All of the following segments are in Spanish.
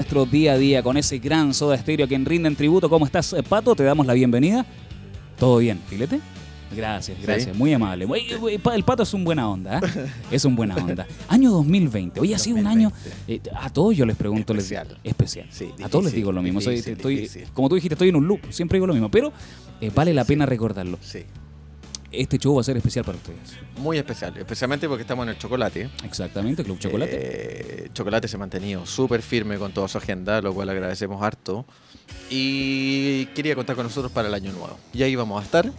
nuestro día a día con ese gran soda estéreo a quien rinden tributo. ¿Cómo estás, eh, Pato? Te damos la bienvenida. ¿Todo bien, filete? Gracias, gracias. Muy amable. Oye, oye, pa- El pato es un buena onda, ¿eh? Es un buena onda. Año 2020. Hoy ha sido un año. eh, a todos yo les pregunto. les- Especial. especial. Sí, a todos les difícil, digo lo mismo. Soy- difícil, estoy- difícil. como tú dijiste, estoy en un loop. Siempre digo lo mismo. Pero eh, vale la pena recordarlo. Sí, Este show va a ser especial para ustedes. muy especial, especialmente porque estamos en el chocolate. Exactamente, Club Chocolate. Eh, chocolate se ha mantenido súper firme con toda su agenda, lo cual agradecemos harto. Y quería contar con nosotros para el año nuevo. Y ahí vamos a estar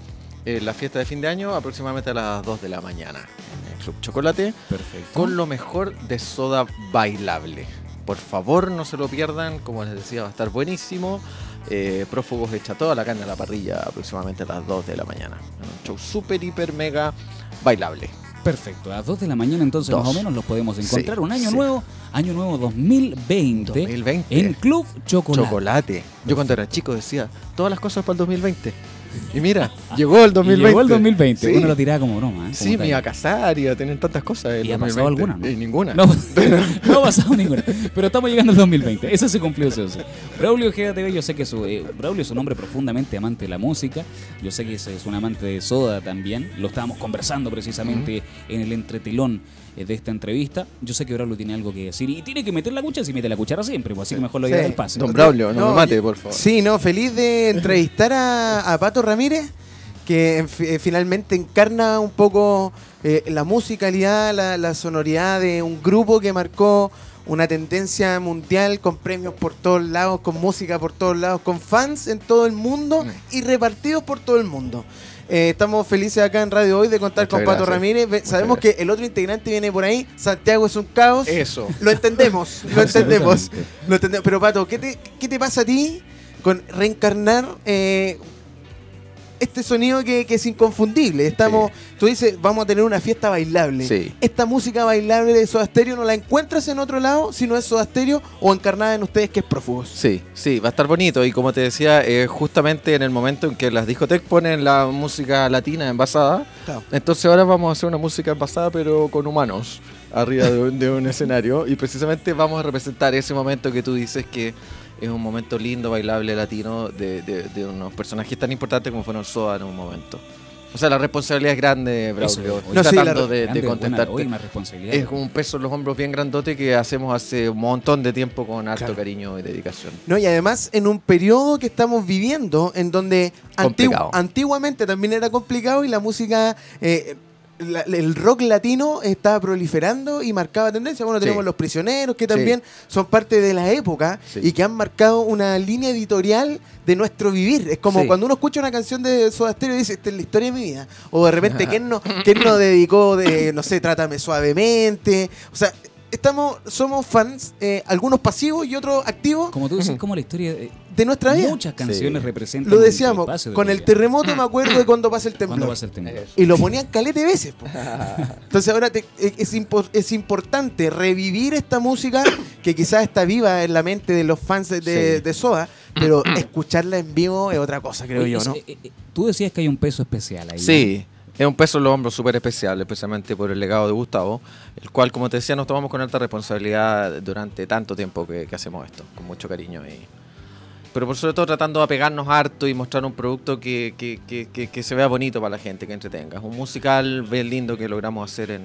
en la fiesta de fin de año aproximadamente a las 2 de la mañana en el Club Chocolate Perfecto. con lo mejor de soda bailable. Por favor, no se lo pierdan. Como les decía, va a estar buenísimo. Eh, prófugos echa toda la carne a la parrilla aproximadamente a las 2 de la mañana. Un show súper, hiper, mega bailable. Perfecto, a las 2 de la mañana entonces Dos. más o menos los podemos encontrar. Sí, un año sí. nuevo, año nuevo 2020, 2020. en Club Chocolate. Chocolate. Yo cuando era chico decía, todas las cosas para el 2020. Y mira, llegó el 2020. Llegó el 2020, Sí, uno lo tiraba como broma. ¿eh? Como Sí, me talla. iba a casar, iba a tener tantas cosas. el ¿Y ha pasado 2020. alguna, no? Y ninguna. No, no ha pasado ninguna. Pero estamos llegando al 2020. Eso se cumplió, sí o sí. Braulio Ojeda TV, yo sé que su, eh, Braulio es un hombre profundamente amante de la música. Yo sé que es, es un amante de soda también. Lo estábamos conversando precisamente en el entretelón eh, de esta entrevista. Yo sé que Braulio tiene algo que decir. Y tiene que meter la cuchara si mete la cuchara siempre. pues, así que mejor lo voy a Sí. dar el pase. Don Braulio, no, No, me mate, yo- por favor. Sí, no, feliz de entrevistar a, a Pato Ramírez, que en fi- eh, finalmente encarna un poco eh, la musicalidad, la, la sonoridad de un grupo que marcó una tendencia mundial con premios por todos lados, con música por todos lados, con fans en todo el Mm. mundo y repartidos por todo el mundo. Eh, estamos felices acá en Radio Hoy de contar Muchas con Pato gracias. Ramírez. Ve- Muchas Sabemos gracias. que el otro integrante viene por ahí. Santiago es un caos. Eso. Lo entendemos, lo entendemos. Lo entendemos. Pero Pato, ¿qué te, qué te pasa a ti con reencarnar eh, este sonido que, que es inconfundible? Estamos, Tú dices, vamos a tener una fiesta bailable. Sí. Esta música bailable de Soda Stereo no la encuentras en otro lado si no es Soda Stereo o encarnada en ustedes que es Prófugos. Sí, sí, va a estar bonito. Y como te decía, eh, justamente en el momento en que las discotecas ponen la música latina envasada, Claro. entonces ahora vamos a hacer una música envasada, pero con humanos arriba de un, de un escenario. Y precisamente vamos a representar ese momento que tú dices que es un momento lindo, bailable, latino, de, de- de unos personajes tan importantes como fueron Soda en un momento. O sea, la responsabilidad es grande, Eso Braulio. es. No, sí, la tratando de- de, Grande, buena, contentarte. hoy más responsabilidad. es un peso en los hombros bien grandote que hacemos hace un montón de tiempo con harto Claro. cariño y dedicación. No, y además en un periodo que estamos viviendo en donde antigu- Complicado. antiguamente también era complicado y la música, eh, la- el rock latino estaba proliferando y marcaba tendencia. Bueno, Sí. tenemos Los Prisioneros, que también son parte de la época Sí. y que han marcado una línea editorial de nuestro vivir. Es como Sí. cuando uno escucha una canción de Soda Stereo y dice, esta es la historia de mi vida. O de repente, ¿quién no, quién no dedicó de, no sé, Trátame Suavemente? O sea... Estamos, somos fans, eh, algunos pasivos y otros activos, Como tú dices, como la historia de de nuestra vida. muchas canciones Sí. representan Lo el decíamos, paso de con tu el vida. terremoto me acuerdo de cuando pasa el ¿Cuándo temblor. va a ser el temblor? Y lo ponían calete de veces. po. Entonces ahora te- e, es, impor- es importante revivir esta música que quizás está viva en la mente de los fans de, Sí. de Soda, pero escucharla en vivo es otra cosa, creo Oye, yo, es- ¿no? eh, eh, tú decías que hay un peso especial ahí. Sí, es un peso en los hombros súper especial, especialmente por el legado de Gustavo, el cual, como te decía, nos tomamos con alta responsabilidad durante tanto tiempo que, que hacemos esto, con mucho cariño. Y, pero por sobre todo tratando de apegarnos harto y mostrar un producto que, que- que- que- que se vea bonito para la gente, que entretenga. Es un musical bien lindo que logramos hacer en,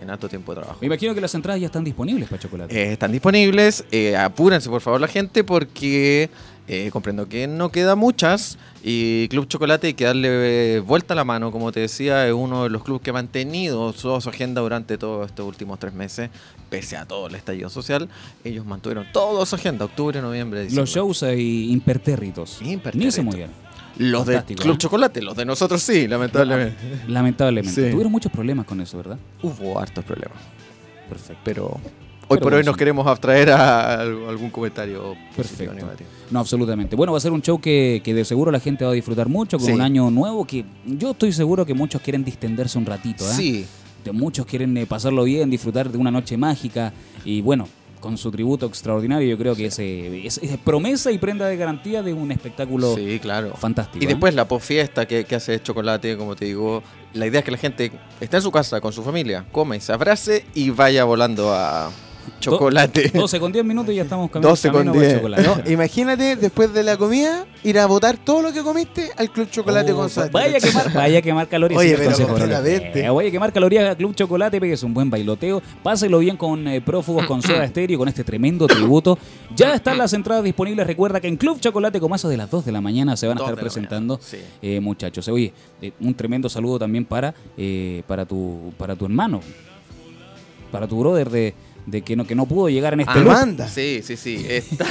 en harto tiempo de trabajo. Me imagino que las entradas ya están disponibles para chocolate. Eh, están disponibles. eh, apúrense, por favor, la gente, porque eh, comprendo que no quedan muchas. Y Club Chocolate hay que darle eh, vuelta a la mano, como te decía, es uno de los clubes que ha mantenido toda su agenda durante todos estos últimos tres meses, pese a todo el estallido social. Ellos mantuvieron toda su agenda, octubre, noviembre, diciembre. Los shows ahí impertérritos. Impertérritos. Ni se movían. Los de Fantástico, Club ¿eh? Chocolate, los de nosotros sí, lamentablemente. Lamentablemente. Sí. Tuvieron muchos problemas con eso, ¿verdad? Hubo hartos problemas, Perfecto. pero hoy Pero por bueno, hoy nos sí. queremos abstraer a algún comentario positivo o Perfecto. negativo. No, absolutamente. Bueno, va a ser un show que, que de seguro la gente va a disfrutar mucho, con Sí. un año nuevo que yo estoy seguro que muchos quieren distenderse un ratito. ¿eh? Sí. de muchos quieren eh, pasarlo bien, disfrutar de una noche mágica y bueno, con su tributo extraordinario yo creo que es, eh, es- es promesa y prenda de garantía de un espectáculo Sí, claro. fantástico. Y ¿eh? después la posfiesta que, que hace Chocolate, como te digo, la idea es que la gente esté en su casa con su familia, come, se abrace y vaya volando a, Chocolate. Do- 12 con 10 minutos y ya estamos camino, 12 con camino para el 10, chocolate. ¿no? Imagínate, después de la comida, ir a botar todo lo que comiste al Club Chocolate Oh, con Sastre. Vaya a quemar, vaya a quemar calorías. Oye, señor pero consejero. completamente. Eh, Vaya a quemar calorías a Club Chocolate, pegues un buen bailoteo. Páselo bien con eh, Prófugos, con Soda Estéreo, con este tremendo tributo. Ya están las entradas disponibles. Recuerda que en Club Chocolate, como eso de las 2 de la mañana, se van a Dos estar de la presentando mañana, sí. eh, muchachos. Oye, eh, un tremendo saludo también para, eh, para, tu, para tu hermano, para tu brother de, de que, no, que no pudo llegar en este Ah, loop. Banda. Sí, sí, sí. Está...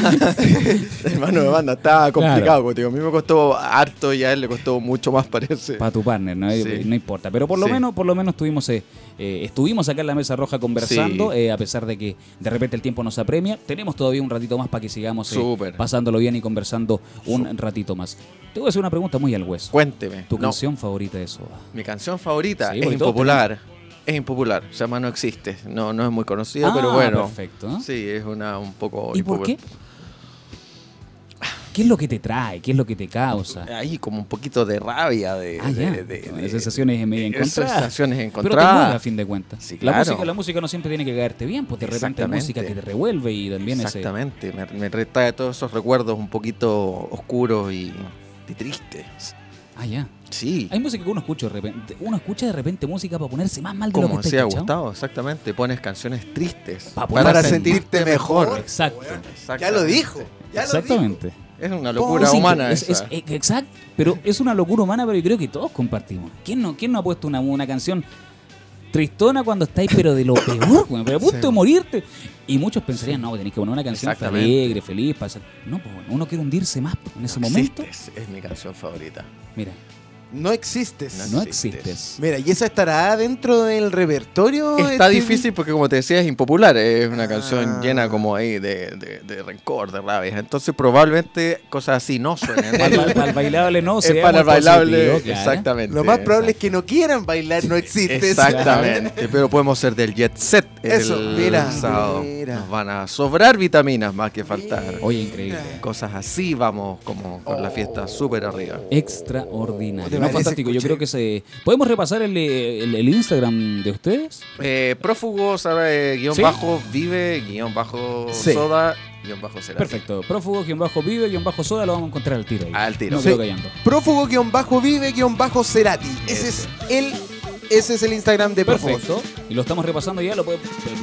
hermano de banda, está complicado. contigo. A mí me costó harto y a él le costó mucho más, parece. para tu partner, ¿no? Sí. Eh, no importa. Pero por lo Sí. menos, por lo menos estuvimos, eh, eh, estuvimos acá en la mesa roja conversando, Sí. eh, a pesar de que de repente el tiempo nos apremia. Tenemos todavía un ratito más para que sigamos eh, Súper. pasándolo bien y conversando un ratito más. Te voy a hacer una pregunta muy al hueso. Cuénteme. ¿Tu No, canción favorita de Soda? Mi canción favorita Sí, es porque todos impopular. Es impopular. Se llama No Existe. No, no es muy conocida, Ah, pero bueno. perfecto. Sí, es una un poco ¿Y por qué? impopular. ¿Qué es lo que te trae? ¿Qué es lo que te causa? Ahí como un poquito de rabia, de, Ah, de- ya. de- de- Bueno, de- sensaciones medio de- encontradas. sensaciones Pero te mueve, a encontradas. fin de cuentas. Sí, la, claro. música, la música no siempre tiene que caerte bien, pues de repente hay música que Exactamente. te revuelve y también ese, Exactamente, me, me retrae todos esos recuerdos un poquito oscuros y, y tristes. Ah, ya. Sí, Hay música que uno escucha de repente. Uno escucha de repente música para ponerse más mal de lo como que está decía Gustavo, exactamente, pones canciones tristes Pa Para, Para sentirte mejor. Exacto. Ya lo dijo. ya lo Exactamente. Es una locura Es incre- humana Oh, es- esa. es- eh, exact- pero es una locura humana, pero yo creo que todos compartimos. ¿Quién no, quién no ha puesto una, una canción tristona cuando estáis, pero de lo peor, güey, pero a punto de morirte? Y muchos pensarían, no, tenés que poner una canción Exactamente. alegre, feliz, para hacer- No, pues bueno, uno quiere hundirse más pues, en ese momento. Existes es mi canción favorita. Mira, dijo. No existes. no Existes. existes. Mira, ¿y esa estará dentro del repertorio? Está este? difícil porque, como te decía, es impopular. Es una canción Ah. llena como ahí de, de- de rencor, de rabia. Entonces, probablemente cosas así no suenen. Para, el- para el bailable no, es seamos para el bailable. positivos, claro. Exactamente. Lo más probable es que no quieran bailar No existes. Exactamente, pero podemos ser del jet set el Eso, mira, sábado. mira. Nos van a sobrar vitaminas más que faltar. Oye, increíble. Cosas así vamos como con Oh. la fiesta súper arriba. Extraordinario. ¿Te No, parece? fantástico. Yo Escuché. creo que se. ¿Podemos repasar el, eh, el- el Instagram de ustedes? Eh, prófugos, eh, guión Sí. bajo, vive, guión bajo, Sí. soda, guión bajo, será. Perfecto. Prófugo, guión bajo vive, guión bajo soda, lo vamos a encontrar al tiro. ahí. Al No tiro. Sí. quedo callando. Prófugo-vive-cerati. Ese es el, ese es el Instagram de Prófugos. Perfecto. Y lo estamos repasando ya. Lo puede-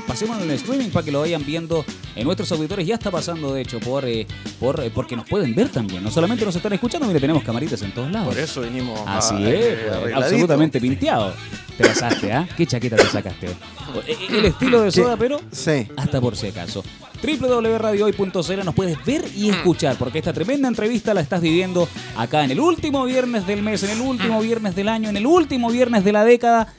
pasemos en el streaming para que lo vayan viendo en nuestros auditores. Ya está pasando, de hecho, por, eh, por eh, porque nos pueden ver también. No solamente nos están escuchando, mire, tenemos camaritas en todos lados. Por eso vinimos. Así ah, es, eh, pues, arregladito. absolutamente pinteado. Te pasaste, ¿ah? ¿Qué chaqueta te sacaste? Eh, eh, El estilo de soda, pero Sí. hasta por si acaso. www.radiohoy.cl nos puedes ver y escuchar, porque esta tremenda entrevista la estás viviendo acá en el último viernes del mes, en el último viernes del año, en el último viernes de la década.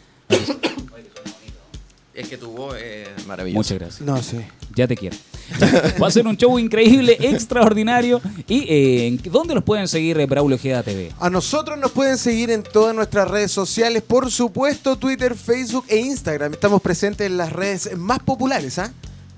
Es que tu voz es maravillosa. Muchas gracias. No sé. Ya te quiero. Va a ser un show increíble, extraordinario. ¿Y eh, ¿en qué- dónde los pueden seguir eh, Braulio Ojeda TV? A nosotros nos pueden seguir en todas nuestras redes sociales, por supuesto, Twitter, Facebook e Instagram. Estamos presentes en las redes más populares, ¿ah?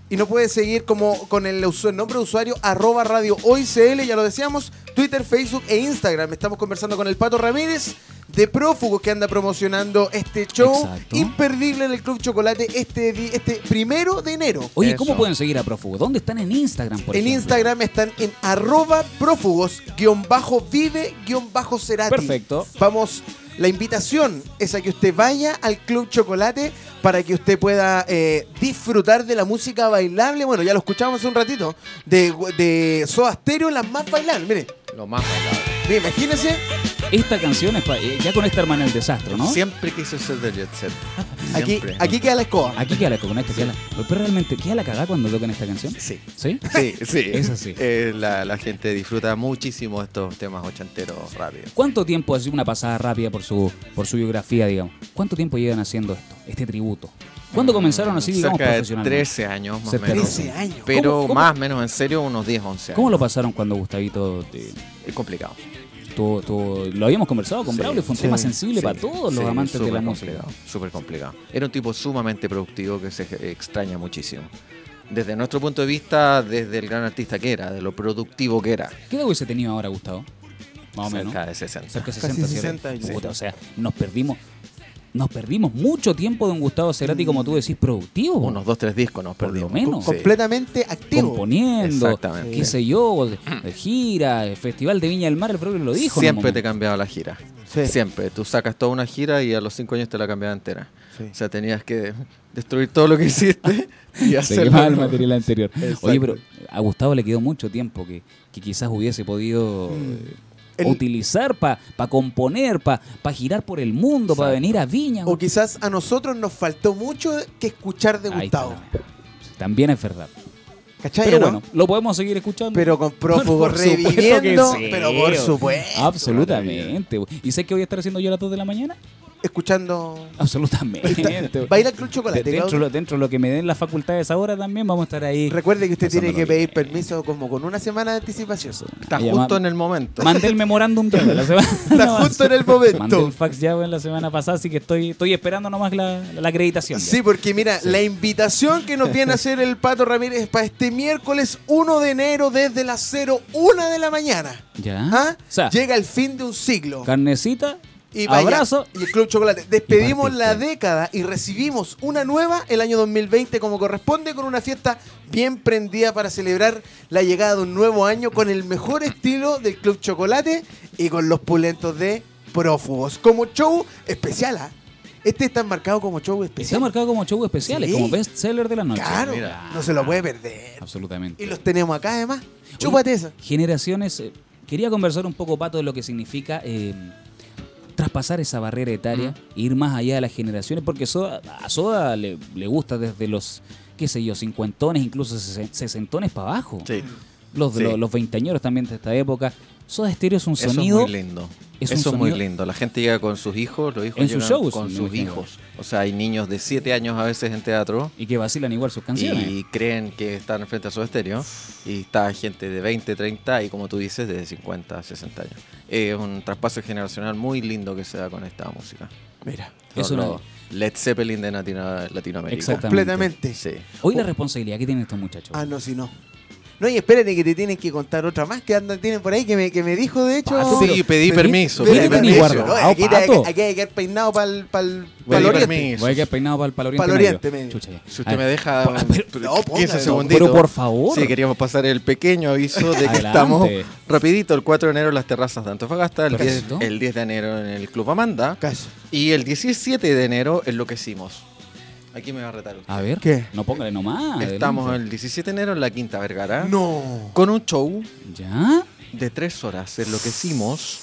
Y nos pueden seguir como con el, usu- el nombre de usuario arroba radio hoy CL, ya lo decíamos, Twitter, Facebook e Instagram. Estamos conversando con el Pato Ramírez de Prófugos que anda promocionando este show Exacto. imperdible en el Club Chocolate este, di- este primero de enero. Oye, Eso. ¿cómo pueden seguir a Prófugo? ¿Dónde están en Instagram, por En ejemplo? Instagram están en arroba prófugos guión bajo vive guión bajo cerati. Perfecto. Vamos, la invitación es a que usted vaya al Club Chocolate para que usted pueda eh, disfrutar de la música bailable. Bueno, ya lo escuchábamos hace un ratito. De, de Soda Stereo, las más bailables. Mire, Lo más bailable. mire, imagínense. Esta canción es pa- eh, ya con esta hermana el desastre, ¿no? Siempre quise ser del jet set. Aquí, Siempre. aquí queda la escoba. Aquí queda la con esta, queda la- Pero realmente, ¿queda la cagada cuando tocan esta canción? Sí. ¿Sí? Sí, sí. Es así. Eh, la, la gente disfruta muchísimo estos temas ochenteros rápidos. ¿Cuánto tiempo, así una pasada rápida por su, por su biografía, digamos, cuánto tiempo llevan haciendo esto, este tributo? ¿Cuándo comenzaron así, digamos, Cerca de profesionalmente? 13 años más o Cerca de menos. 13 años. Pero ¿Cómo- cómo- más o menos en serio, unos 10, 11 años. ¿Cómo lo pasaron cuando Gustavito eh, Es complicado. tuvo- tuvo- lo habíamos conversado con Sí, Braulio? Fue un sí, tema sensible sí, para todos los sí, amantes de súper la música. complicado, Súper complicado. Era un tipo sumamente productivo que se extraña muchísimo. Desde nuestro punto de vista, desde el gran artista que era, de lo productivo que era. ¿Qué edad hubiese tenido ahora, Gustavo? Más o menos. Cerca de 60. Cerca de Casi 60, ¿cierto? 60, sí. Puta, O sea, nos perdimos. nos perdimos mucho tiempo de un Gustavo Cerati, como tú decís, productivo. Unos dos, tres discos nos Por lo perdimos. menos. Sí. Completamente activo. componiendo, Exactamente. Mm. qué sé yo, de gira, el Festival de Viña del Mar, el propio lo dijo. en un Siempre te momento. cambiaba la gira. Sí. Siempre. Tú sacas toda una gira y a los cinco años te la cambiaba entera. Sí. O sea, tenías que destruir todo lo que hiciste y Se hacerlo. quemaba el de nuevo. material anterior. Exacto. Oye, pero a Gustavo le quedó mucho tiempo que, que quizás hubiese podido eh, Hmm. El- utilizar para componer, para girar por el mundo, para Exacto. venir a Viña. O quizás a nosotros nos faltó mucho que escuchar de Ahí está Gustavo. la weá. También es verdad. ¿Cachai? Pero no? bueno, lo podemos seguir escuchando. Pero con prófugos Por supuesto que reviviendo. sí. Pero por supuesto. Absolutamente. ¿Y sé que voy a estar haciendo yo a las 2 de la mañana? Escuchando. Absolutamente. Bailar Club De- Chocolate. dentro, Claudio. lo- dentro lo que me den las facultades ahora también vamos a estar ahí. Recuerde que usted tiene pasándolo que pedir bien. permiso como con una semana de anticipación. Está Oye, justo ma- en el momento. Mandé el memorándum ya la semana. Está justo en el momento. Mandé el fax ya en la semana pasada, así que estoy, estoy esperando nomás la, la acreditación. ya. Sí, porque mira, la invitación que nos viene a hacer el Pato Ramírez es para este miércoles 1 de enero desde las 01 de la mañana. Ya. ¿Ah? O sea, Llega el fin de un siglo. carnecita, Y vaya, abrazo. Y el Club Chocolate. Despedimos Y la partiste. década y recibimos una nueva el año 2020 como corresponde con una fiesta bien prendida para celebrar la llegada de un nuevo año con el mejor estilo del Club Chocolate y con los pulentos de prófugos. Como show especial, ¿ah? Este está marcado como show Está especial. marcado como show especiales, Sí. como best seller de la noche. Claro, mira. no se lo puede perder. Absolutamente. Y los tenemos acá además. Chúpate Oye, esa. Generaciones. eh, quería conversar un poco, Pato, de lo que significa eh, traspasar esa barrera etaria, ir más allá de las generaciones, porque Soda- a Soda le, le gusta desde los, qué sé yo, cincuentones, incluso sesen- sesentones para abajo. Sí. Los, de Sí. los, los veinteañeros también de esta época. Soda Stereo es un Eso sonido. es muy lindo. es un Eso es muy sonido- lindo. La gente llega con sus hijos, los hijos En sus llegan shows, con me sus imagino. hijos. O sea, hay niños de 7 años a veces en teatro y que vacilan igual sus canciones. y creen que están frente a su estéreo y está gente de 20, 30 y como tú dices, de 50, 60 años. Eh, Es un traspaso generacional muy lindo que se da con esta música. Mira. Son Eso no- los Led Zeppelin de Latino- Latinoamérica. Exactamente. Completamente. Sí. Hoy la responsabilidad que tienen estos muchachos. Ah, no, si no. No, y espérate que te tienen que contar otra más que andan, tienen por ahí que me, que me dijo, de hecho. Pato, Sí, pedí permiso, pedí pedí permiso, permiso. guardado, aquí, te- Pato. aquí hay que quedar peinado para el, para el, Pedí oriente. permiso. Voy a quedar peinado para el, para el Para el Oriente Oriente Medio. Medio. Chucha, ya. Si A usted ver. me deja pero- pero, No, 15 póngalo. segunditos. Pero por favor. Sí, queríamos pasar el pequeño aviso de que Adelante. estamos rapidito el 4 de enero en las terrazas de Antofagasta, el 10, Perfecto. el 10 de enero en el Club Amanda Cacho. y el 17 de enero en lo que hicimos. Aquí me va a retar. usted. A ver, ¿Qué? no póngale nomás. Estamos adelante. el 17 de enero en la Quinta Vergara ¿Ah? No. con un show ¿Ya? de tres horas es lo que hicimos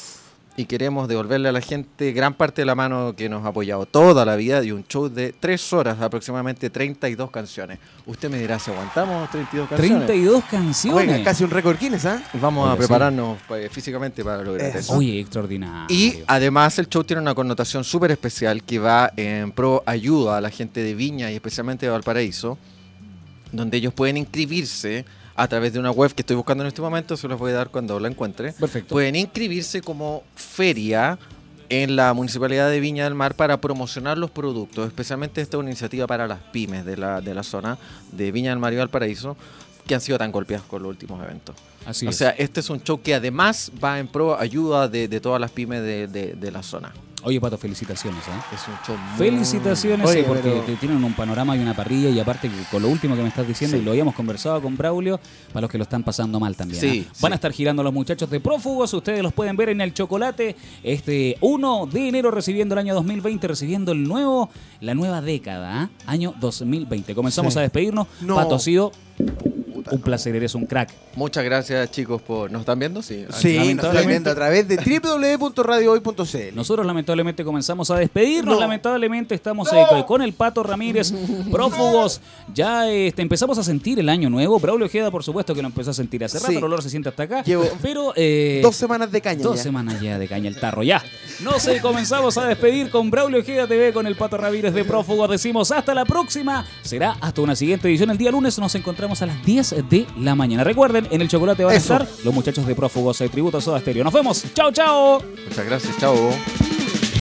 y queremos devolverle a la gente gran parte de la mano que nos ha apoyado toda la vida y un show de tres horas, aproximadamente 32 canciones. Usted me dirá, ¿se aguantamos 32 canciones? 32 canciones. Oiga, casi un récord Guinness, ¿ah? Vamos Oiga, a sí. prepararnos eh, físicamente para lograr Eso. eso. Oye, extraordinario. Y ah, además el show tiene una connotación súper especial que va en pro ayuda a la gente de Viña y especialmente de Valparaíso, donde ellos pueden inscribirse a través de una web que estoy buscando en este momento, se los voy a dar cuando la encuentre. Perfecto. Pueden inscribirse como feria en la Municipalidad de Viña del Mar para promocionar los productos, especialmente esta es una iniciativa para las pymes de la, de la zona de Viña del Mar y Valparaíso, que han sido tan golpeadas con los últimos eventos Así o es. sea, este es un show que además va en pro ayuda de, de todas las pymes de, de- de la zona. Oye, Pato, felicitaciones. ¿eh? Es un show muy... Felicitaciones, Oye, eh, sí, porque pero- te tienen un panorama y una parrilla y aparte que con lo último que me estás diciendo y lo habíamos conversado con Braulio, para los que lo están pasando mal también. Sí, ¿ah? Van sí. a estar girando los muchachos de prófugos, ustedes los pueden ver en el chocolate este 1 de enero recibiendo el año 2020, recibiendo el nuevo, la nueva década, ¿ah? año 2020. Comenzamos Sí. a despedirnos. No. Pato, ha sido un placer, eres un crack. Muchas gracias chicos por... ¿Nos están viendo? Sí. Sí, nos lamentablemente- están viendo a través de www.radiohoy.cl. Nosotros lamentablemente comenzamos a despedirnos, No. lamentablemente estamos eh, co- con el Pato Ramírez, prófugos, ya este, empezamos a sentir el año nuevo, Braulio Ojeda por supuesto que lo empezó a sentir hace rato, Sí. el olor se siente hasta acá, Llevo pero eh, Dos semanas de caña. dos ya. semanas ya de caña el tarro, ya. No sé, comenzamos a despedir con Braulio Ojeda TV, con el Pato Ramírez de prófugos, decimos hasta la próxima, será hasta una siguiente edición, el día lunes nos encontramos a las 10 de la mañana. Recuerden, en el chocolate van a Eso. estar los muchachos de prófugos, eh, tributo a Soda Stereo. Nos vemos, chao, chao. Muchas gracias, chao.